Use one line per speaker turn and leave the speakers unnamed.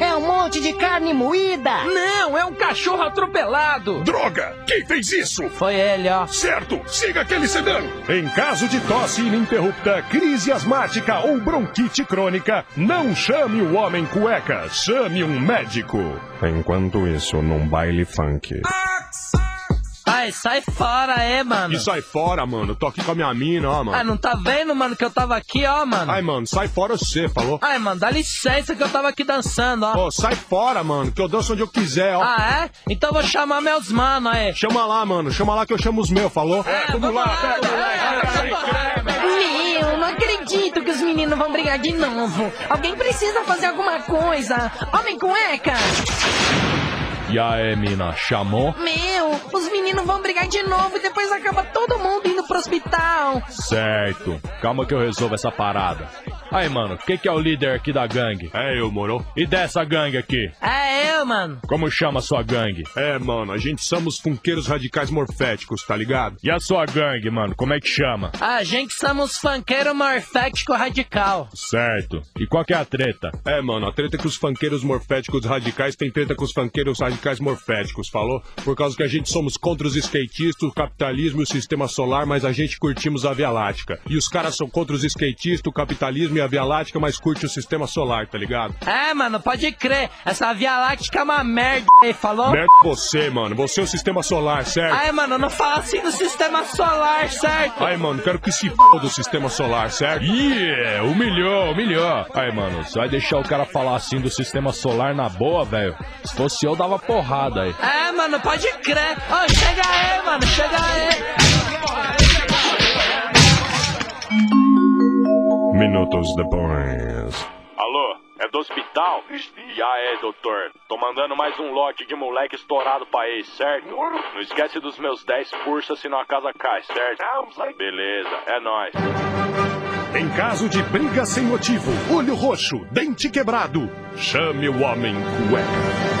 É um de carne moída.
Não, é um cachorro atropelado.
Droga! Quem fez isso?
Foi ele, ó.
Certo, siga aquele sedã.
Em caso de tosse ininterrupta, crise asmática ou bronquite crônica, não chame o homem cueca, chame um médico.
Enquanto isso, num baile funk.
Ai, sai fora, é, mano.
E sai fora, mano. Tô aqui com a minha mina, ó, mano.
Ah, não tá vendo, mano, que eu tava aqui, ó, mano.
Ai, mano, sai fora você, falou?
Ai, mano, dá licença que eu tava aqui dançando, ó.
Ô, oh, sai fora, mano, que eu danço onde eu quiser, ó.
Ah, é? Então vou chamar meus mano aí.
Chama lá, mano. Chama lá que eu chamo os meus, falou?
É, vamos, vamos lá, lá, pega o moleque. Meu, não acredito que os meninos vão brigar de novo. Alguém precisa fazer alguma coisa. Homem cueca!
E aí, mina, chamou?
Meu, os meninos vão brigar de novo e depois acaba todo mundo indo pro hospital.
Certo, calma que eu resolvo essa parada. Aí, mano, quem que é o líder aqui da gangue?
É eu, moro.
E dessa gangue aqui?
É eu, mano.
Como chama a sua gangue?
É, mano, a gente somos funkeiros radicais morféticos, tá ligado?
E a sua gangue, mano, como é que chama?
A gente somos funkeiro morfético radical.
Certo. E qual que é a treta?
É, mano, a treta é que os funkeiros morféticos radicais tem treta com os funkeiros radicais radicais morféticos, falou? Por causa que a gente somos contra os skatistas, o capitalismo e o sistema solar, mas a gente curtimos a Via Láctea. E os caras são contra os skatistas, o capitalismo e a Via Láctea, mas curte o sistema solar, tá ligado?
É, mano, pode crer. Essa Via Láctea é uma merda, aí, falou?
Merda você, mano. Você é o sistema solar, certo?
Ai, mano, não fala assim do sistema solar, certo?
Ai, mano, quero que se f*** do sistema solar, certo? Yeah, humilhou, humilhou. Ai, mano, você vai deixar o cara falar assim do sistema solar na boa, velho? Se fosse eu, dava porrada aí.
É, mano, pode crer. Ô, oh, chega aí, mano, chega aí.
Minutos depois.
Alô, é do hospital? Já é, doutor. Tô mandando mais um lote de moleque estourado pra ex, certo? Não esquece dos meus 10 pursa, senão a casa cai, certo? Beleza, é nóis. Em caso de briga sem motivo, olho roxo, dente quebrado, chame o homem cueca.